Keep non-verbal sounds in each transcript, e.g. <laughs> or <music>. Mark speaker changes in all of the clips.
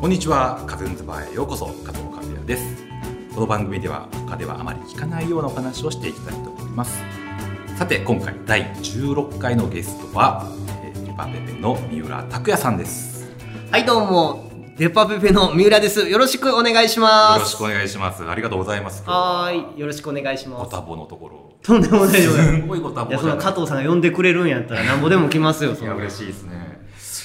Speaker 1: こんにちは、カズンズバーへようこそ、加藤和也です。この番組では他ではあまり聞かないようなお話をしていきたいと思います。さて、今回第16回のゲストは、えー、リパペペの三浦拓也さんです。よ
Speaker 2: はいどうもデパペペの三浦ですよろしくお願いします
Speaker 1: ろしくお願いします。ありがとうございます。
Speaker 2: はーいよろしくお願いし
Speaker 1: ご
Speaker 2: ます
Speaker 1: 多忙のとこ
Speaker 2: <laughs>
Speaker 1: ろ。
Speaker 2: とんでもないです
Speaker 1: すごいご多
Speaker 2: い
Speaker 1: 忙じ
Speaker 2: やそ
Speaker 1: ゃ
Speaker 2: の
Speaker 1: な
Speaker 2: 加
Speaker 1: い。
Speaker 2: 藤さんが呼んでくれるんやったらなんぼでも来ますよそ
Speaker 1: い
Speaker 2: ん
Speaker 1: や、
Speaker 2: な
Speaker 1: 嬉しいですね。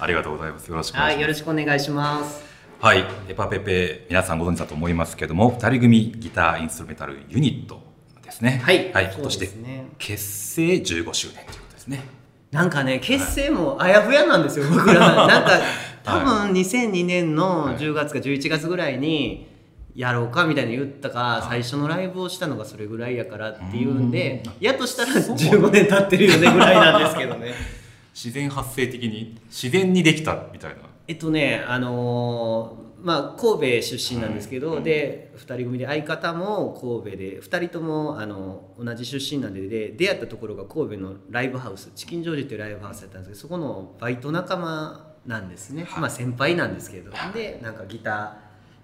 Speaker 1: ありがとうございます。よろしくお願いしま
Speaker 2: は
Speaker 1: す。
Speaker 2: いよろしくお願いします
Speaker 1: はい、エパペペ皆さんご存知だと思いますけども2人組ギターインストルメンタルユニットですね
Speaker 2: はい
Speaker 1: 今年で
Speaker 2: そうですね
Speaker 1: 結成15周年ということですね
Speaker 2: なんかね結成もあやふやなんですよ僕ら <laughs>
Speaker 1: <laughs>
Speaker 2: なんか多分2002年の10月か11月ぐらいにやろうかみたいに言ったか最初のライブをしたのがそれぐらいやからっていうんでやっとしたら15年経ってるよねぐらいなんですけどね
Speaker 1: 自然発生的に自然にできたみたいな
Speaker 2: えっとね、あのーまあ、神戸出身なんですけど、で2人組で相方も神戸で2人とも、あの同じ出身なんでで出会ったところが神戸のライブハウスチキンジョージっていうライブハウスだったんですけどそこのバイト仲間なんですね、
Speaker 1: はい
Speaker 2: まあ、先輩なんですけどでなんかギタ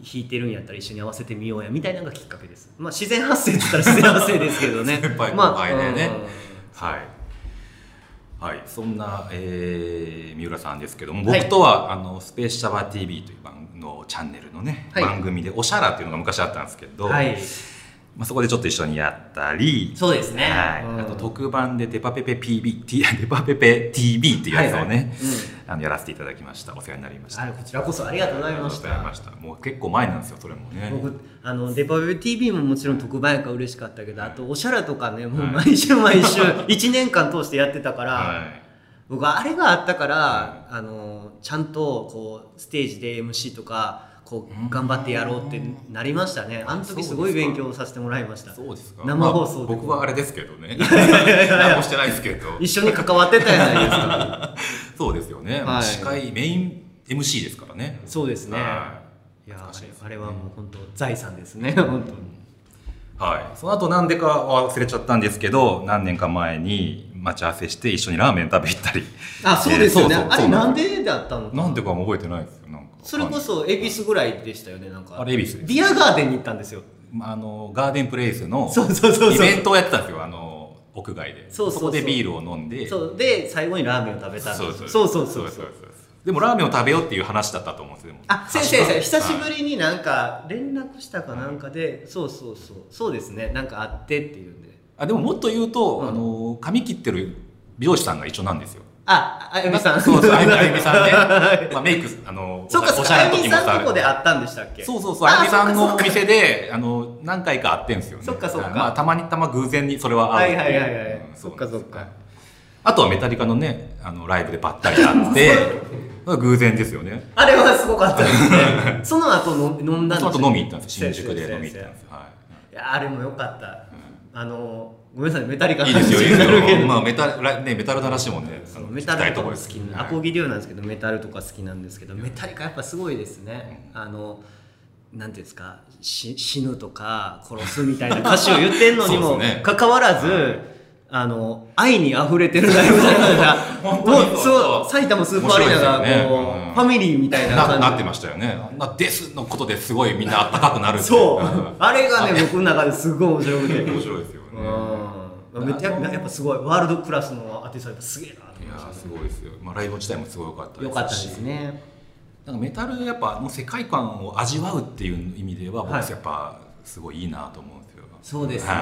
Speaker 2: ー弾いてるんやったら一緒に合わせてみようやみたいなのがきっかけです、まあ、自然発生って言ったら自然発生ですけどね
Speaker 1: <laughs> 先輩後
Speaker 2: まあ
Speaker 1: 輩でね
Speaker 2: うんうんうん
Speaker 1: はい、はい、そんな、えー三浦さんですけども
Speaker 2: はい
Speaker 1: 僕とは、あのスペースシャワー TV という番のチャンネルのね、
Speaker 2: はい
Speaker 1: 番組で「おしゃら」っていうのが昔あったんですけど、
Speaker 2: はい、
Speaker 1: まあ、そこでちょっと一緒にやったり
Speaker 2: そうですね、
Speaker 1: はい、
Speaker 2: うん
Speaker 1: あと特番でデパペペ PB、T、デパペペ TV っていうやつをね、
Speaker 2: はいはいうん
Speaker 1: あのやらせていただきました。お世話になりました。
Speaker 2: はいこちらこそありがとうございました
Speaker 1: ありがとうございましたもう結構前なんですよ、それもね。
Speaker 2: 僕あのデパベ TV ももちろん特番やから嬉しかったけどあとおしゃれとかねもう
Speaker 1: はい
Speaker 2: 毎週毎週1年 <laughs> 間通してやってたから、
Speaker 1: はい、
Speaker 2: 僕はあれがあったから、あのちゃんとこうステージで MC とかこう頑張ってやろうってなりましたねあの時すごい勉強させてもらいました
Speaker 1: そうですか。
Speaker 2: 生放送
Speaker 1: まあ
Speaker 2: で、
Speaker 1: 僕はあれですけどね。何もしてないですけど。
Speaker 2: 一緒に関わってたじゃないですか
Speaker 1: そうですよね。
Speaker 2: はい
Speaker 1: 司会メイン MC ですからね。
Speaker 2: そうですね、
Speaker 1: はい
Speaker 2: いや
Speaker 1: 懐かしいですね
Speaker 2: あれはもう本当財産ですね本当に
Speaker 1: はい、その後なんでかは忘れちゃったんですけど何年か前に待ち合わせして一緒にラーメン食べ行ったり
Speaker 2: あそうですよね、
Speaker 1: えーそうそう
Speaker 2: あれ
Speaker 1: そう
Speaker 2: な
Speaker 1: なん
Speaker 2: ん
Speaker 1: で
Speaker 2: でだったのか
Speaker 1: なんでかも覚えてないですよなんか
Speaker 2: それこそ恵比寿ぐらいでしたよねなんか
Speaker 1: あれ恵比寿です
Speaker 2: ビアガーデンに行ったんですよ
Speaker 1: まあ、あのガーデンプレイスの
Speaker 2: そうそうそうそう
Speaker 1: イベントをやってたんですよあの屋外で
Speaker 2: そうそうそ
Speaker 1: こ
Speaker 2: う
Speaker 1: でビールを飲んで
Speaker 2: そうで最後にラーメンを食べたんです
Speaker 1: そう
Speaker 2: そ
Speaker 1: そうう
Speaker 2: そうそうそう
Speaker 1: そうそうでもラーメンを食べようっていう話だったと思うんですよでも
Speaker 2: あ先生先生久し
Speaker 1: は
Speaker 2: ぶりになんか連絡したかなんかで、そうそうそうそうですねなんかあってっていうんで
Speaker 1: いあでももっと言うと、
Speaker 2: うん
Speaker 1: あの髪切ってる美容師さんが一緒なんですよ
Speaker 2: あああゆみさん
Speaker 1: そうそうあゆみ
Speaker 2: <laughs>
Speaker 1: あゆみさんね
Speaker 2: はい、
Speaker 1: まあ、メイクあの
Speaker 2: そうか
Speaker 1: お
Speaker 2: そう
Speaker 1: しゃ
Speaker 2: か
Speaker 1: れ
Speaker 2: あ
Speaker 1: の
Speaker 2: ゆ
Speaker 1: 時
Speaker 2: み
Speaker 1: も
Speaker 2: さん
Speaker 1: さ
Speaker 2: とこで会ったんでしたっけ
Speaker 1: そうそうそうあゆみさん
Speaker 2: そ
Speaker 1: の
Speaker 2: っ
Speaker 1: お
Speaker 2: かそっか
Speaker 1: 店であの何回か会ってんですよね
Speaker 2: そっかそっか
Speaker 1: まあ、たまにたま偶然にそれは会うってう
Speaker 2: はいはいはいは
Speaker 1: う
Speaker 2: い
Speaker 1: んうなん
Speaker 2: そっ
Speaker 1: で
Speaker 2: か
Speaker 1: す
Speaker 2: そっか
Speaker 1: はいあとはメタリカのねあのライブでばったり会って偶然ですよね
Speaker 2: あれはすごかったですね
Speaker 1: <laughs>
Speaker 2: その後の飲んだん
Speaker 1: その
Speaker 2: です
Speaker 1: 後飲み行ったんですよ新宿で
Speaker 2: 先生
Speaker 1: 飲み行ったんですよ、はい
Speaker 2: やあれも良かった、あのごめんなさいメタリカ
Speaker 1: い、い
Speaker 2: の
Speaker 1: いですよいい
Speaker 2: 話に <laughs> なる
Speaker 1: で
Speaker 2: け
Speaker 1: すよ、
Speaker 2: ど
Speaker 1: まあ、メタルラねメタルだらしいもんねあの
Speaker 2: メタルとかも好
Speaker 1: 聞
Speaker 2: き
Speaker 1: きたいとこです
Speaker 2: なアコギデュオなんですけどメタルとか好きなんですけどメタリカやっぱすごいですね、あのなんていうんですかし死ぬとか殺すみたいな歌詞を言ってんのに
Speaker 1: そ
Speaker 2: も
Speaker 1: うですね
Speaker 2: かかわらず、あの愛に溢れてるライブだから
Speaker 1: <laughs> 本当に
Speaker 2: もう
Speaker 1: そう
Speaker 2: そう埼玉スーパーアリーナがこ
Speaker 1: 面
Speaker 2: う、
Speaker 1: 白いですよねうん
Speaker 2: ファミリーみたいな
Speaker 1: な
Speaker 2: 感じ
Speaker 1: なってましたよねあんな「です」のことですごいみんなあったかくなるってい
Speaker 2: そう
Speaker 1: うん
Speaker 2: あれがね僕の中ですごい面白くて
Speaker 1: 面白いですよね
Speaker 2: うんめっちゃやっぱすごいワールドクラスのアーティストやっぱすげえなと
Speaker 1: い
Speaker 2: 思い
Speaker 1: や
Speaker 2: ました
Speaker 1: ーすごいですよ、まあ、ライブ自体もすごい良かった
Speaker 2: よかったですね
Speaker 1: なんかメタルやっぱあの世界観を味わうっていう意味では僕
Speaker 2: はい
Speaker 1: やっぱすごいいいなと思うんですよ。
Speaker 2: そうですね、
Speaker 1: は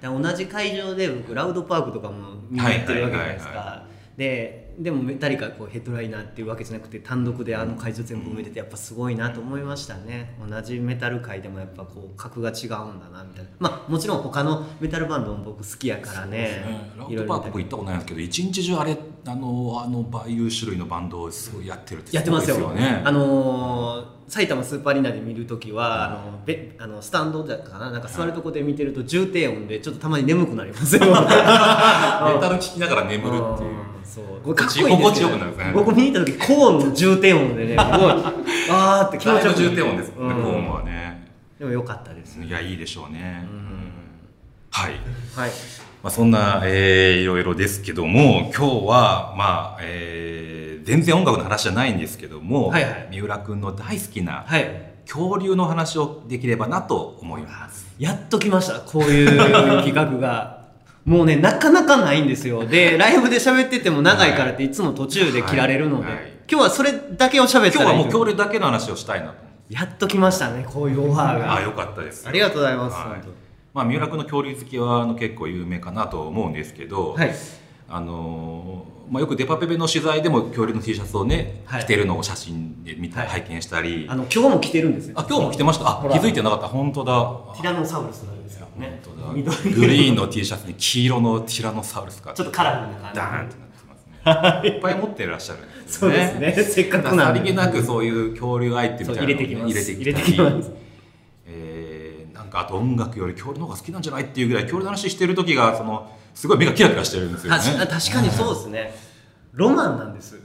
Speaker 2: だから同じ会場で僕ラウドパークとかも見に行ってるわけじゃないですか、
Speaker 1: はいはいは
Speaker 2: ででも誰かこうヘッドライナーっていうわけじゃなくて単独であの会場全部埋めててやっぱすごいなと思いましたね、同じメタル界でもやっぱこう格が違うんだなみたいなまあもちろん他のメタルバンドも僕好きやからね
Speaker 1: ラウ
Speaker 2: いろ
Speaker 1: ド
Speaker 2: い
Speaker 1: パ
Speaker 2: ろ
Speaker 1: ーク僕行ったことないんですけど一日中あれあのあのバイ種類のバンドをすごいやってるって
Speaker 2: やってますよ
Speaker 1: すごいですよね。
Speaker 2: あのー埼玉スーパーアリーナで見るときは、あのべあのスタンドだったかななんか座るとこで見てると重低音でちょっとたまに眠くなりま
Speaker 1: <laughs>
Speaker 2: すよ
Speaker 1: メタル聴きながら眠るっていう。
Speaker 2: んそう
Speaker 1: こ
Speaker 2: こ
Speaker 1: っ
Speaker 2: れ
Speaker 1: ち
Speaker 2: かっこいいん
Speaker 1: 心
Speaker 2: です
Speaker 1: 地よくなるんですね
Speaker 2: 僕見に行った時高音の重低音でねすごいあーって気持
Speaker 1: だ
Speaker 2: ち
Speaker 1: い
Speaker 2: よ
Speaker 1: ぶ重
Speaker 2: く
Speaker 1: 低音ですもんね、
Speaker 2: うん
Speaker 1: コーンはね。
Speaker 2: でも良かったですね
Speaker 1: いやいいでしょうね。うんはい。
Speaker 2: はい
Speaker 1: まあ、そんな、えーいろいろですけども、今日は、まあ、えー全然音楽の話じゃないんですけども、
Speaker 2: はいはい
Speaker 1: 三浦くんの大好きな
Speaker 2: はい
Speaker 1: 恐竜の話をできればなと思います。
Speaker 2: やっと来ましたこういう企画が <laughs> もうねなかなかないんですよでライブで喋ってても長いからっていつも途中で切られるので、
Speaker 1: はいはい
Speaker 2: 今日はそれだけを
Speaker 1: 今
Speaker 2: 喋った
Speaker 1: 日
Speaker 2: ら
Speaker 1: はい
Speaker 2: い
Speaker 1: もう恐竜だけの話をしたいなと。
Speaker 2: やっと来ましたねこういうオファーが
Speaker 1: あ、よかったです。
Speaker 2: ありがとうございます
Speaker 1: はい
Speaker 2: 本当
Speaker 1: まあ、三浦くんの恐竜好きはあの結構有名かなと思うんですけど、
Speaker 2: はい
Speaker 1: あのーまあ、よくデパペペの取材でも恐竜の T シャツをね、
Speaker 2: はい
Speaker 1: 着てるのを写真で見た、
Speaker 2: はい
Speaker 1: 拝見したり
Speaker 2: あの今日も来てるんですね
Speaker 1: あ今日も着てましたあ
Speaker 2: ほ
Speaker 1: 気
Speaker 2: ら
Speaker 1: づいてなかった本当だ
Speaker 2: ティラノサウルスなんですよね
Speaker 1: 本当だ
Speaker 2: 緑
Speaker 1: グリーンの T シャツに黄色のティラノサウルスが
Speaker 2: ちょっとカラフルな感じ
Speaker 1: ダーンってなってますねいっぱい持ってらっしゃるんで
Speaker 2: そうですねせっか
Speaker 1: だ
Speaker 2: く
Speaker 1: か
Speaker 2: な
Speaker 1: ら
Speaker 2: ん
Speaker 1: さ
Speaker 2: で
Speaker 1: りげなくそういう恐竜アイテム
Speaker 2: そ
Speaker 1: み
Speaker 2: う
Speaker 1: た
Speaker 2: 入
Speaker 1: いな
Speaker 2: れ
Speaker 1: のを
Speaker 2: てきます
Speaker 1: ね入
Speaker 2: 入れ
Speaker 1: れ
Speaker 2: て
Speaker 1: て
Speaker 2: き
Speaker 1: き
Speaker 2: ま
Speaker 1: ますすえーなんかあと音楽より恐竜の方が好きなんじゃないっていうぐらい恐竜の話してる時がそのすごい目がキラキラしてるんですよね
Speaker 2: 確か確かにそうですねロマンなんです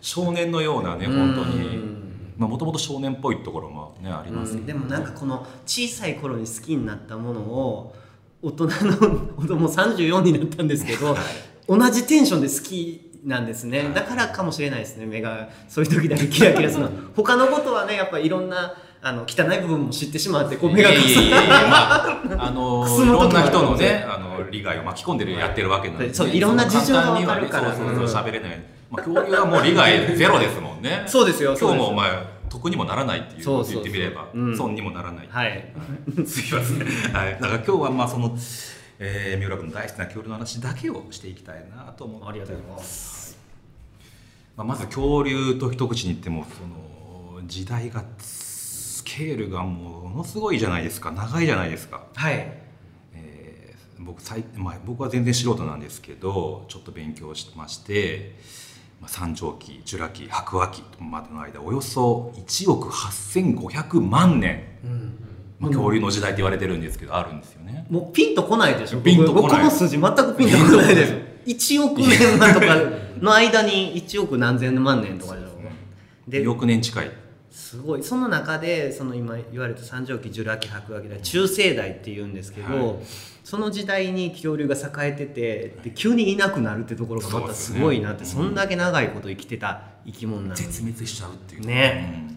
Speaker 1: 少年のようなね本当にもともと少年っぽいところもねありますけど
Speaker 2: でもなんかこの小さい頃に好きになったものを大人のもう34になったんですけど同じテンションで好きなんですねだからかもしれないですね目がそういう時だけキラキラする <laughs> の他のことはねやっぱいろんなあの汚い部分も知ってしまってこう目が
Speaker 1: い
Speaker 2: か
Speaker 1: やいやいやいや
Speaker 2: <laughs>
Speaker 1: まああの
Speaker 2: くす
Speaker 1: い
Speaker 2: む
Speaker 1: ろん
Speaker 2: 時もあ
Speaker 1: な
Speaker 2: る
Speaker 1: 人のねあの利害を巻き込んでるやってるわけなんで、ね、
Speaker 2: そういろんな事情が
Speaker 1: 簡単には
Speaker 2: わかるから
Speaker 1: ねそうそうそう
Speaker 2: うん
Speaker 1: 喋れない、まあ、恐竜はもう利害ゼロですもんね
Speaker 2: <laughs> そうですよ
Speaker 1: 今日
Speaker 2: そうで
Speaker 1: も
Speaker 2: す
Speaker 1: お前得にもならないっていう
Speaker 2: そうそうそ
Speaker 1: 言
Speaker 2: う
Speaker 1: ってみれば、
Speaker 2: うん
Speaker 1: 損にもならない、
Speaker 2: はい
Speaker 1: すいません。はい。だから今日はまあその、えー、三浦君の大好きな恐竜の話だけをしていきたいなと思って。。
Speaker 2: ありがとうございます
Speaker 1: まあまず恐竜と一口に言ってもその時代がスケールがものすごいじゃないですか。長いじゃないですか。
Speaker 2: はい
Speaker 1: えー僕最まあ僕は全然素人なんですけどちょっと勉強してまして、まあ、三畳紀ジュラ紀白亜紀までの間およそ1億8500万年。まあ、恐竜の時代って言われてるんですけど、あるんですよね。
Speaker 2: もうピンとこないでしょ
Speaker 1: ピンとこない
Speaker 2: 僕この数字全くピンとこな
Speaker 1: <laughs>
Speaker 2: いです1億年間とかの間に1億何千万年とかでしょで
Speaker 1: 2億年近い。
Speaker 2: すごいその中でその今言われた三畳紀ジュラ紀白亜紀代中生代っていうんですけど、
Speaker 1: はい
Speaker 2: その時代に恐竜が栄えててで急にいなくなるってところがまたすごいなってそ,、
Speaker 1: そうですね
Speaker 2: んだけ長いこと生きてた生き物なのに
Speaker 1: 絶滅しちゃうっていう。
Speaker 2: ね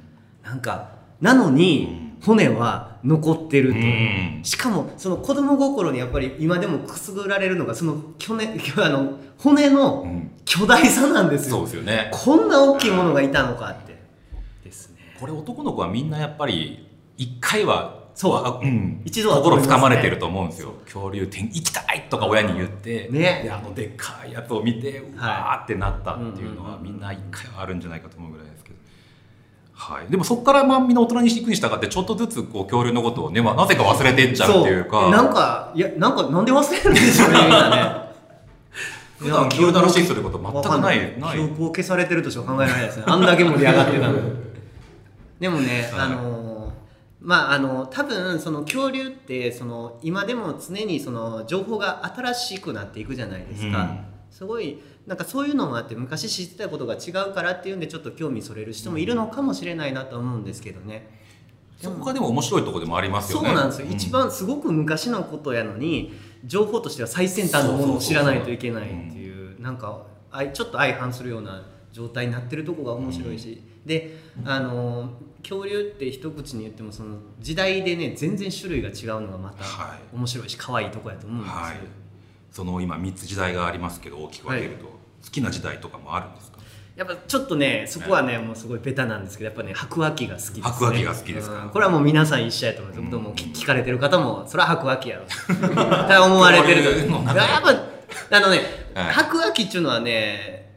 Speaker 2: なんかなのに骨は残ってると、
Speaker 1: うん
Speaker 2: しかもその子供心にやっぱり今でもくすぐられるのがその去年 <laughs> あの骨
Speaker 1: う
Speaker 2: の
Speaker 1: ん。
Speaker 2: 巨大さなんです
Speaker 1: そう
Speaker 2: よ、
Speaker 1: ですよね。
Speaker 2: こんな大きいものがいたのかってですね
Speaker 1: これ男の子はみんなやっぱり、一回は、
Speaker 2: そう
Speaker 1: あうん。
Speaker 2: 一度は
Speaker 1: 心
Speaker 2: 思いますね
Speaker 1: 掴まれてると思うんですよ。恐竜展行きたいとか親に言って、
Speaker 2: ね
Speaker 1: であのでっかいやつを見て、うわーってなったっていうの
Speaker 2: うんうん
Speaker 1: は、
Speaker 2: うん
Speaker 1: みんな一回はあるんじゃないかと思うぐらいですけど。はい、でもそこからまあみんな大人にしていくにしたがってちょっとずつこう恐竜のことをね、まあ、なぜか忘れてっちゃうっていうか
Speaker 2: なんかいやなんかなんで忘れるんでしょうねみんなね
Speaker 1: 普段清田らしいすること全くない
Speaker 2: わかん
Speaker 1: ない
Speaker 2: 記憶を消されてるとしか考えられないですねあんだけ盛り上がってたのに <laughs> でも
Speaker 1: は
Speaker 2: ね、
Speaker 1: い
Speaker 2: あのーまああの多分その恐竜ってその今でも常にその情報が新しくなっていくじゃないです
Speaker 1: う
Speaker 2: か、
Speaker 1: ん
Speaker 2: すごいなんかそういうのもあって昔知ってたことが違うからっていうんでちょっと興味それる人もいるのかもしれないなと思うんですけどね、
Speaker 1: そこがでも面白いところでもありますよ
Speaker 2: そう
Speaker 1: ね。
Speaker 2: なんですよ、一番すごく昔のことやのに情報としては最先端のものを知らないといけないっていうなんかあいちょっと相反するような状態になってるとこが面白いし、であの恐竜って一口に言ってもその時代でね全然種類が違うのがまた
Speaker 1: はい
Speaker 2: 面白いし可愛いとこやと思うんですよ、
Speaker 1: はい。その今三つ時代がありますけど大きく分けると、好きな時代とかもあるんですか。
Speaker 2: やっぱちょっとねそこはねもうすごいベタなんですけどやっぱね白亜紀が好きです、ね、
Speaker 1: 白亜紀が好きですか
Speaker 2: うんこれはもう皆さん一緒やと思います、でももう聞聞かれてる方もそれは白亜紀やろって思われてると
Speaker 1: こういうのなんか
Speaker 2: やっぱあのね、
Speaker 1: はい
Speaker 2: 白亜紀っていうのはね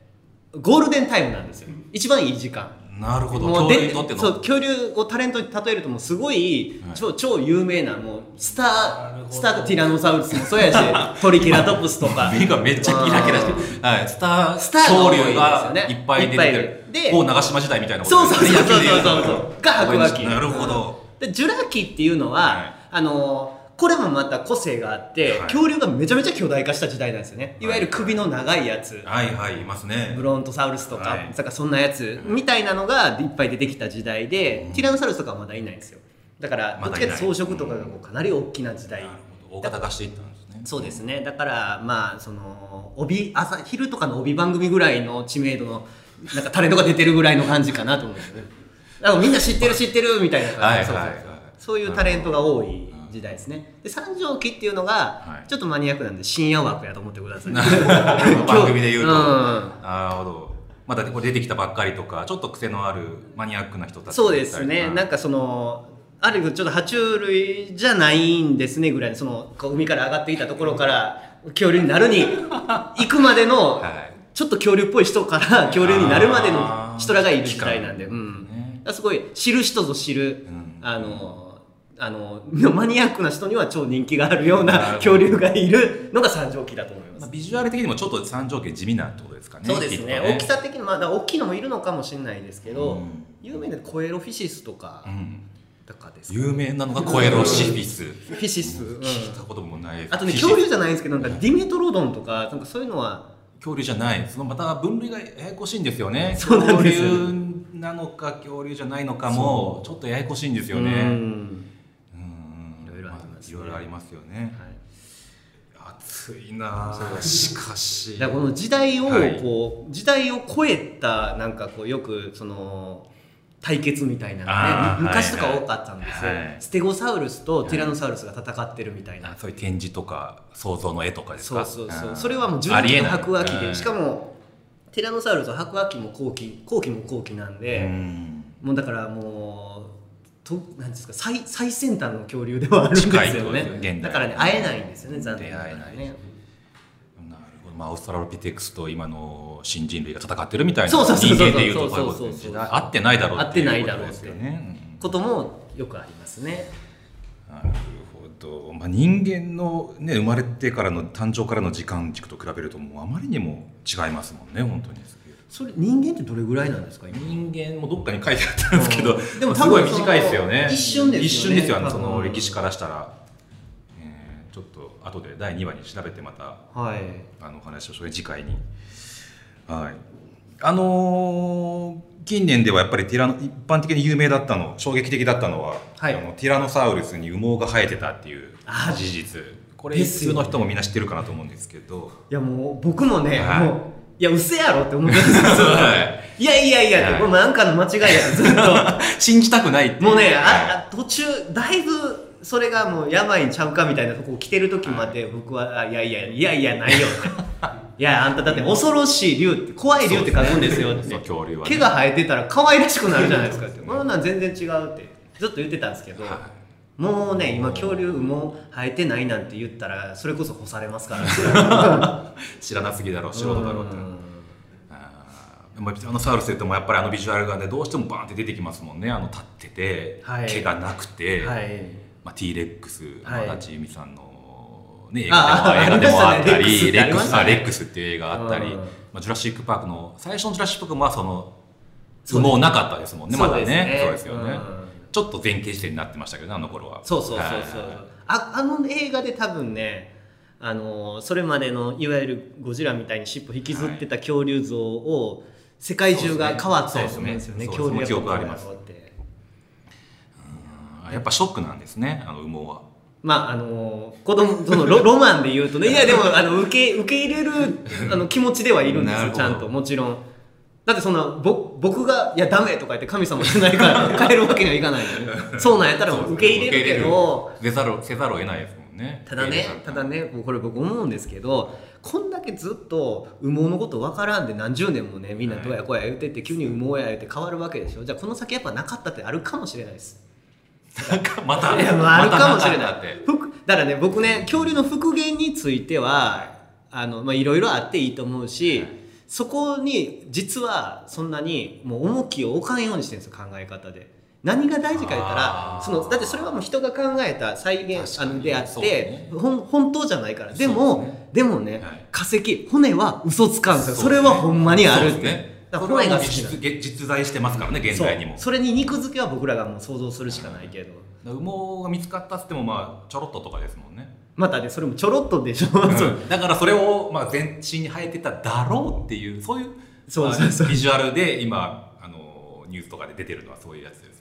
Speaker 2: ゴールデンタイムなんですよ一番いい時間
Speaker 1: なるほど。
Speaker 2: もう
Speaker 1: 恐竜
Speaker 2: で
Speaker 1: にとっての <laughs>
Speaker 2: そう恐竜をタレントに例えるともうすごい、
Speaker 1: はい
Speaker 2: 超超有名なもうスタ
Speaker 1: なるほ
Speaker 2: ー
Speaker 1: ど
Speaker 2: スターティラノサウルスもそうやしトリケラトプス
Speaker 1: <laughs>
Speaker 2: とか
Speaker 1: 目がめっちゃキラキラして
Speaker 2: うん
Speaker 1: る。はい。スター
Speaker 2: スターが多い
Speaker 1: 恐竜が
Speaker 2: ですよね
Speaker 1: いっぱい出て
Speaker 2: いっぱい
Speaker 1: る。
Speaker 2: で
Speaker 1: こう長島時代みたいなこと
Speaker 2: そうそうそうそうそう
Speaker 1: 野球で言と
Speaker 2: そうそうが白亜紀
Speaker 1: なるほど。
Speaker 2: でジュラ紀っていうのは、
Speaker 1: はい
Speaker 2: あのーこれもまた個性があって、
Speaker 1: はい
Speaker 2: 恐竜がめちゃめちゃ巨大化した時代なんですよねいわゆる首の長いやつ、
Speaker 1: はいはいいますね
Speaker 2: ブ。ロントサウルスとか,、
Speaker 1: はい
Speaker 2: なんかそんなやつみたいなのがいっぱい出てきた時代で、ティラノサウルスとかはまだいないんですよだから
Speaker 1: ま
Speaker 2: どっ
Speaker 1: だい
Speaker 2: ちか
Speaker 1: ない
Speaker 2: っていうと草食とかがこうかなり大きな時代、
Speaker 1: なるほど大型化していったんね <laughs>
Speaker 2: そうですねだからまあその帯朝昼とかの帯番組ぐらいの知名度のなんかタレントが出てるぐらいの感じかなと思うんですよねだからみんな知ってる知ってるみたいな
Speaker 1: は
Speaker 2: 感
Speaker 1: い
Speaker 2: じそう
Speaker 1: はい
Speaker 2: そう
Speaker 1: はい
Speaker 2: そうそういうタレントが多い時代ですねで三条期っていうのが
Speaker 1: はい
Speaker 2: ちょっとマニアックなんで深夜枠やと思ってください
Speaker 1: <laughs> 番組で言うと、
Speaker 2: うん
Speaker 1: なるほどまだこれ出てきたばっかりとかちょっと癖のあるマニアックな人たちがいたりとか
Speaker 2: そうですね、なんかその、ある意味ちょっと爬虫類じゃないんですねぐらいの、そのこう海から上がってきたところから恐竜になるに行くまでの、
Speaker 1: はい
Speaker 2: ちょっと恐竜っぽい人から恐竜になるまで
Speaker 1: あ
Speaker 2: の
Speaker 1: ー
Speaker 2: 人らがいる時代なんで、うん、
Speaker 1: ね
Speaker 2: だからすごい知る人ぞ知る、
Speaker 1: うん
Speaker 2: あの、あのマニアックな人には超人気があるよう
Speaker 1: なるほ
Speaker 2: な
Speaker 1: ど
Speaker 2: 恐竜がいるのが三条期だと思います
Speaker 1: まあ、。ビジュアル的にもちょっと三条件地味なってことですかね
Speaker 2: そうです
Speaker 1: きっと
Speaker 2: ね大きさ的にまあだから大きいのもいるのかもしれないですけど、
Speaker 1: うん
Speaker 2: 有名なコエロフィシスとか
Speaker 1: うん
Speaker 2: とかですかね
Speaker 1: 有名なのがコエロシフィス
Speaker 2: フィシス、うん
Speaker 1: 聞いたこともないです
Speaker 2: あとね
Speaker 1: フィシス
Speaker 2: 恐竜じゃないんですけどなんかディメトロドンとかなんかそういうのは
Speaker 1: 恐竜じゃないそのまた分類がややこしいんですよね
Speaker 2: そうなんですよ
Speaker 1: 恐竜なのか恐竜じゃないのかもちょっとややこしいんですよね
Speaker 2: う
Speaker 1: うん
Speaker 2: ん
Speaker 1: うん
Speaker 2: いろいろありますね
Speaker 1: あいろいろありますよね
Speaker 2: はい
Speaker 1: 暑いなあしかし
Speaker 2: だからこの時代を
Speaker 1: はい
Speaker 2: こう、時代を超えたなんかこうよくその対決みたいな
Speaker 1: あー
Speaker 2: のね昔とか
Speaker 1: はいは
Speaker 2: 多
Speaker 1: い
Speaker 2: かったんですよ、
Speaker 1: はい
Speaker 2: ステゴサウルスとティラノサウルスが戦ってるみたいな、
Speaker 1: あそういう展示とか想像の絵とかです
Speaker 2: そ
Speaker 1: か
Speaker 2: うそうそ
Speaker 1: ん
Speaker 2: うそれはもう純
Speaker 1: ありえ
Speaker 2: 烈の
Speaker 1: ない
Speaker 2: 白亜紀で、
Speaker 1: うん
Speaker 2: しかもティラノサウルスは白亜紀も後期後期も後期なん
Speaker 1: う
Speaker 2: で、
Speaker 1: ん
Speaker 2: もうだからもうとなんですか最最先端の恐竜ではあるんです
Speaker 1: 近いって
Speaker 2: よ
Speaker 1: ことですよ現代
Speaker 2: ねだからね会えないんですよね残念なが
Speaker 1: 出
Speaker 2: ら
Speaker 1: 会えない
Speaker 2: ね
Speaker 1: なるほどまあ、オーストラロピテクスと今の新人類が戦ってるみたいな
Speaker 2: そうそうそうそう
Speaker 1: 人間でいうとこういうこと
Speaker 2: そうそうそ
Speaker 1: です
Speaker 2: う
Speaker 1: ね合ってないだろうっていう
Speaker 2: 合ってないだろう
Speaker 1: こと
Speaker 2: っ
Speaker 1: です
Speaker 2: て
Speaker 1: よね。うん
Speaker 2: こともよくありますね
Speaker 1: なるほど、まあ、人間の、ね、生まれてからの誕生からの時間軸と比べるともうあまりにも違いますもんね本当に
Speaker 2: それ人間ってどれぐらいなんですか今
Speaker 1: 人間もどっかに書いてあったんですけど、
Speaker 2: うんでも
Speaker 1: す
Speaker 2: 多
Speaker 1: ごい
Speaker 2: 分その
Speaker 1: 短いですよね
Speaker 2: 一瞬ですよね
Speaker 1: 一瞬ですよあの
Speaker 2: 多
Speaker 1: そ
Speaker 2: 分
Speaker 1: の歴史からしたら、えーちょっと後で第2話に調べてまた
Speaker 2: はい
Speaker 1: あのお話をそれ次回に。はい。あのー近年ではやっぱりティラノ一般的に有名だったの衝撃的だったのは、
Speaker 2: はい
Speaker 1: あのティラノサウルスに羽毛が生えてたっていう
Speaker 2: あー
Speaker 1: 事実これ
Speaker 2: です
Speaker 1: 普
Speaker 2: よ
Speaker 1: 通
Speaker 2: ね
Speaker 1: の人もみんな知ってるかなと思うんですけど、
Speaker 2: いやもう僕もね、
Speaker 1: はい
Speaker 2: もういや嘘やろって思って
Speaker 1: <laughs>
Speaker 2: たんですよいやいやいや、
Speaker 1: はい
Speaker 2: これなんかの間違いやずっ
Speaker 1: <laughs> 信じたくないってい
Speaker 2: ともうね
Speaker 1: はい
Speaker 2: ああ途中だいぶそれがもうやばいんちゃうかみたいなとこ来てる時まで僕はあいやいやいやいやないよって <laughs> いやあんただって恐ろしい竜って怖い竜って書くんですよって
Speaker 1: <laughs> そう恐竜はね
Speaker 2: 毛が生えてたら可愛らしくなるじゃないです
Speaker 1: <laughs>
Speaker 2: かってこんなん全然違うってずっと言ってたんですけど、
Speaker 1: は
Speaker 2: もうね今恐竜も生えてないなんて言ったらそれこそ干されますから、ね、 <laughs>
Speaker 1: い知らなすぎだろう素人だろうって
Speaker 2: ん
Speaker 1: あーでもティラノサウルスって言ってもやっぱりあのビジュアルがねどうしてもバーンって出てきますもんねあの立ってて、
Speaker 2: はい
Speaker 1: 毛がなくて、
Speaker 2: はい
Speaker 1: まあ、T-REX
Speaker 2: はい
Speaker 1: 足立由美さんの、ね、映
Speaker 2: あ
Speaker 1: 画でも映画でもあ
Speaker 2: あ
Speaker 1: った
Speaker 2: ありま
Speaker 1: り
Speaker 2: し
Speaker 1: 「
Speaker 2: たね
Speaker 1: レックス」
Speaker 2: あ
Speaker 1: あレ
Speaker 2: り
Speaker 1: ックスっていう映画あったり
Speaker 2: う
Speaker 1: 「
Speaker 2: ん
Speaker 1: まあ、ジュラシック・パークの」最初の「ジュラシック・パーク」はその
Speaker 2: そうです
Speaker 1: もうなかったですもんねまだねそ
Speaker 2: そうう
Speaker 1: で
Speaker 2: ですすね
Speaker 1: よね、
Speaker 2: うん
Speaker 1: ちょっと前傾視点になってましたけどねあの頃は
Speaker 2: そうそうそうそう、
Speaker 1: はい
Speaker 2: ああの映画で多分ねあのそれまでのいわゆるゴジラみたいに尻尾引きずってた恐竜像を世界中が変わったと思うんです
Speaker 1: そうですねそうで
Speaker 2: よね
Speaker 1: すね
Speaker 2: 恐竜が
Speaker 1: 記憶あります
Speaker 2: 変わって
Speaker 1: うんやっぱショックなんですねあの羽毛は
Speaker 2: まああの子供 <laughs> そのロロマンで言うとねいやでもあの受け受け入れるあの気持ちではいるんで
Speaker 1: な
Speaker 2: す
Speaker 1: る
Speaker 2: よ
Speaker 1: ほど
Speaker 2: ちゃんともちろんだってそんなぼ僕が「いやダメ」とか言って神様じゃないから変えるわけにはいかないのねそうなんやったらもう受け入れるけど
Speaker 1: 受け入れるせざるせざるを得ないですもんね
Speaker 2: ただ
Speaker 1: 受け
Speaker 2: ね
Speaker 1: 入れ、ざ
Speaker 2: た
Speaker 1: る
Speaker 2: だね、もうこれ僕思うんですけど、こんだけずっと羽毛のことわからんで何十年もね、みんなどうやこうや言ってて、急に羽毛や言って変わるわけでしょ。じゃあこの先やっぱなかったってあるかもしれないです。
Speaker 1: なんかまた
Speaker 2: いやまああるかもしれ
Speaker 1: ま
Speaker 2: な
Speaker 1: たんかあっ
Speaker 2: い
Speaker 1: て。
Speaker 2: ふくだからね、僕ね、恐竜の復元については、あの、まあいろいろあっていいと思うし、そこに実はそんなにもう重きを置かんようにしてるんですよ、考え方で。何が大事か言った
Speaker 1: あ
Speaker 2: ら、
Speaker 1: ー
Speaker 2: その、だってそれはもう人が考えた再現あ
Speaker 1: 確かに
Speaker 2: のであっ
Speaker 1: そ
Speaker 2: て、
Speaker 1: うね
Speaker 2: ほん本当じゃないからで
Speaker 1: そ
Speaker 2: も
Speaker 1: う
Speaker 2: で
Speaker 1: です
Speaker 2: もね、
Speaker 1: はい
Speaker 2: 化石骨は嘘つかんすよそ,、
Speaker 1: うで
Speaker 2: れ
Speaker 1: すね
Speaker 2: はほんまにあるっ
Speaker 1: そう
Speaker 2: て、
Speaker 1: ですね
Speaker 2: だか
Speaker 1: こ
Speaker 2: ら
Speaker 1: れは
Speaker 2: 骨
Speaker 1: も
Speaker 2: が
Speaker 1: う
Speaker 2: 好きな
Speaker 1: 実現実在してますからね現在にも
Speaker 2: そうそれに肉付けは僕らがもう想像するしかないけど
Speaker 1: 羽毛が見つかったっつってもまあちょろっととかですもんね、
Speaker 2: またねそれもちょろっとでしょ、そう
Speaker 1: だからそれをまあ全身に生えてただろうっていうそういう
Speaker 2: そうそうそう
Speaker 1: まあビジュアルで今あのニュースとかで出てるのはそういうやつですもんね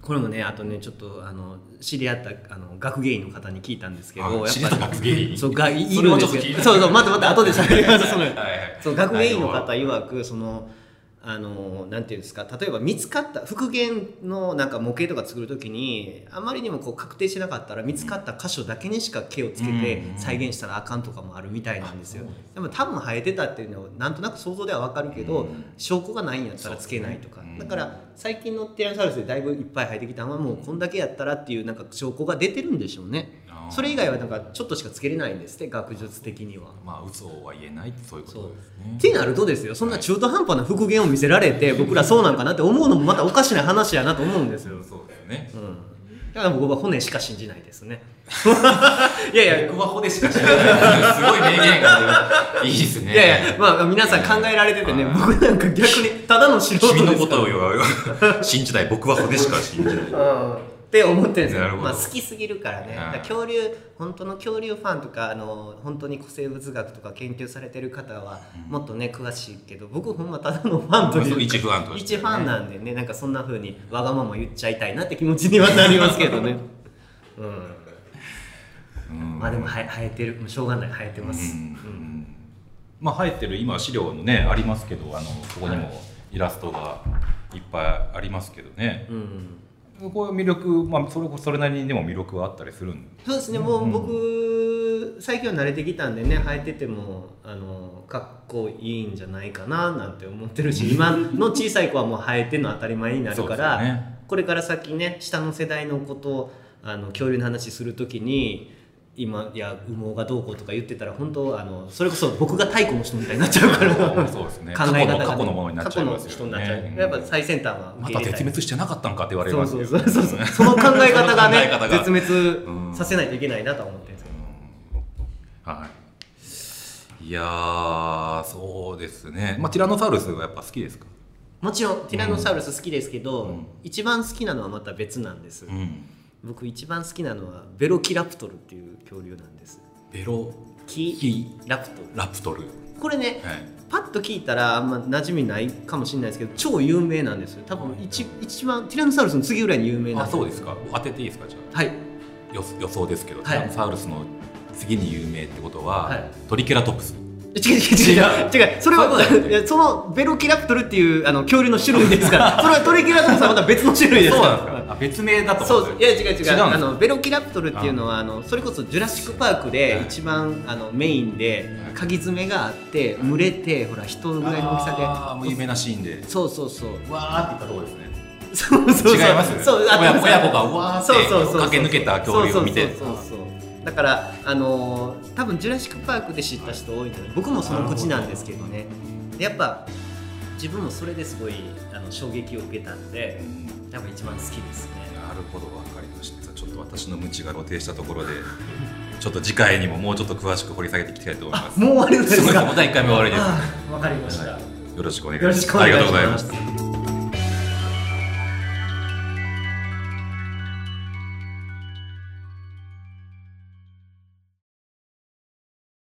Speaker 2: これもねあとねちょっとあの知り合ったあの学芸員の方に聞いたんですけど、
Speaker 1: あ
Speaker 2: やっぱ
Speaker 1: 知り合った学芸員
Speaker 2: そうがいるんです
Speaker 1: それもちょっと聞い
Speaker 2: よ
Speaker 1: た
Speaker 2: そうそう待って待って後で喋ります
Speaker 1: <laughs>
Speaker 2: その
Speaker 1: はいはい
Speaker 2: そう学芸員の方曰くそのあのなんていうんですか例えば見つかった復元のなんか模型とか作る時にあまりにもこう確定してなかったら見つかった箇所だけにしか毛をつけて
Speaker 1: うん
Speaker 2: 再現したらあかんとかもあるみたいなんですよ、
Speaker 1: あそう
Speaker 2: でも多分生えてたっていうのはなんとなく想像ではわかるけど、
Speaker 1: うん
Speaker 2: 証拠がないんやったらつけないとか、
Speaker 1: そうですねうん
Speaker 2: だから最近のティラノサウルスでだいぶいっぱい生えてきたのはもうこんだけやったらっていうなんか証拠が出てるんでしょうね
Speaker 1: あー
Speaker 2: それ以外はなんかちょっとしかつけれないんですって学術的には。
Speaker 1: まあ嘘は言えないってそういうことですね
Speaker 2: ってなるとですよそんな中途半端な復元を見せられて僕らそうなんかなって思うのもまたおかしな話やなと思うんですよ、うん、
Speaker 1: そうですよね
Speaker 2: だから僕は骨しか信じないですね <laughs> いやいやい
Speaker 1: 僕は骨しか知らないすごい名言がいいですね
Speaker 2: やいやまあ皆さん考えられててね
Speaker 1: はい
Speaker 2: 僕なんか逆にただの素人です
Speaker 1: 君
Speaker 2: か
Speaker 1: の
Speaker 2: ら
Speaker 1: ことを <laughs> 信じない僕は骨しか信じない
Speaker 2: うんって思ってるんです
Speaker 1: なる
Speaker 2: よ、
Speaker 1: ほど
Speaker 2: まあ、好きすぎるからね、
Speaker 1: うん
Speaker 2: だから恐竜本当の恐竜ファンとかあの本当に古生物学とか研究されてる方はもっとね詳しいけど僕ほんまただのファンというか
Speaker 1: 一ファンとして
Speaker 2: 一
Speaker 1: ね
Speaker 2: ファンなんでねなんかそんな風にわがまま言っちゃいたいなって気持ちにはなります
Speaker 1: <laughs>
Speaker 2: けどね、うん、
Speaker 1: うん
Speaker 2: まあでもは生えてるもうしょうがない生えてます、
Speaker 1: う
Speaker 2: うん
Speaker 1: んまあ生えてる今資料のねありますけどあのここにもイラストがいっぱいありますけどね、
Speaker 2: うん
Speaker 1: こういう魅力、まあ、それそれなりにでも魅力はあったりするん
Speaker 2: そうですね、も
Speaker 1: う
Speaker 2: うん僕、最近は慣れてきたんでね、履いてても、あの、かっこいいんじゃないかななんて思って
Speaker 1: <laughs>
Speaker 2: るし、今の小さい子はもう履いてんの当たり前になる
Speaker 1: そうで
Speaker 2: から、
Speaker 1: すよね
Speaker 2: これから先ね、下の世代のこと、あの、恐竜の話するときに、今、いや、羽毛がどうこうとか言ってたら、本当、あの、それこそ僕が太鼓の人みたいになっちゃうから、
Speaker 1: <laughs> そうですね
Speaker 2: 考え方が
Speaker 1: 過去
Speaker 2: ね、
Speaker 1: の過去のものになっちゃいますよね
Speaker 2: 過去の人になっちゃう
Speaker 1: うん
Speaker 2: やっぱ最先端は
Speaker 1: ま
Speaker 2: 受
Speaker 1: た
Speaker 2: け入れい
Speaker 1: 絶滅してなかったんかって言われ
Speaker 2: そ
Speaker 1: ま
Speaker 2: う
Speaker 1: す
Speaker 2: そ
Speaker 1: け
Speaker 2: う
Speaker 1: ど
Speaker 2: そうそうそうその考え方がね
Speaker 1: その考え方が
Speaker 2: 絶滅させないといけないなとは思ってるんですけど
Speaker 1: はい、いやーそうですね、まあ、ティラノサウルスがやっぱ好きですか、
Speaker 2: もちろんティラノサウルス好きですけど、
Speaker 1: うん
Speaker 2: 一番好きなのはまた別なんです、
Speaker 1: ん、
Speaker 2: 僕一番好きなのはベロキラプトルっていう恐竜なんです
Speaker 1: ベロ
Speaker 2: キラプトル
Speaker 1: ラプトル、
Speaker 2: これね
Speaker 1: はい、
Speaker 2: パッと聞いたらあんま馴染みないかもしれないですけど超有名なんですよ多分一一番ティラノサウルスの次ぐらいに有名な
Speaker 1: あそう
Speaker 2: で
Speaker 1: ですか当てていいですかじゃ
Speaker 2: すはい
Speaker 1: あ予予想ですけど、
Speaker 2: は
Speaker 1: テ
Speaker 2: い
Speaker 1: ィラノサウルスの次に有名ってことは、
Speaker 2: はい
Speaker 1: トリケラトプス
Speaker 2: 違う違う違う違うそれ
Speaker 1: そういうことだ
Speaker 2: はいやそのベロキラプトルっていうあの恐竜の種類ですか
Speaker 1: <laughs>
Speaker 2: らそれはトリケラトプスはまた別の種類ですから
Speaker 1: あ別名だと
Speaker 2: そ
Speaker 1: 思
Speaker 2: う
Speaker 1: っ
Speaker 2: い
Speaker 1: て
Speaker 2: や違う違う
Speaker 1: 違うんですか
Speaker 2: あのベロキラプトルっていうのはあのそれこそジュラシック・パークで
Speaker 1: はい
Speaker 2: 一番あのメインで
Speaker 1: はい
Speaker 2: 鍵爪があって群れてほら人ぐらいの大き
Speaker 1: あー
Speaker 2: さ
Speaker 1: もう
Speaker 2: で
Speaker 1: 有名なシーンで
Speaker 2: そうそうそう
Speaker 1: わーって言ったとこですね
Speaker 2: そうそうそう
Speaker 1: 違います
Speaker 2: そうあ
Speaker 1: 親子親子がわーって
Speaker 2: そうそうそうそう
Speaker 1: 駆け抜けた恐竜を見て
Speaker 2: そうそうそうそうだからあのー多分ジュラシック・パークで知った人多いんじゃない僕もその口なんですけどねでやっぱ自分もそれですごいあの衝撃を受けたんで
Speaker 1: うん
Speaker 2: やっぱ一番好きですね
Speaker 1: なるほど、わかりました。ちょっと私の無知が露呈したところで、 <laughs> ちょっと次回にももうちょっと詳しく掘り下げていきたいと思います。
Speaker 2: もう終わりです
Speaker 1: すごい
Speaker 2: か
Speaker 1: ですもう第1回目終わりです。
Speaker 2: ああわかりました、
Speaker 1: はいよろしくお願いし
Speaker 2: よ
Speaker 1: ま
Speaker 2: ろ
Speaker 1: す。
Speaker 2: しくお願い
Speaker 1: あり
Speaker 2: し
Speaker 1: がとうござい
Speaker 2: ま
Speaker 1: まし
Speaker 2: す
Speaker 1: た。。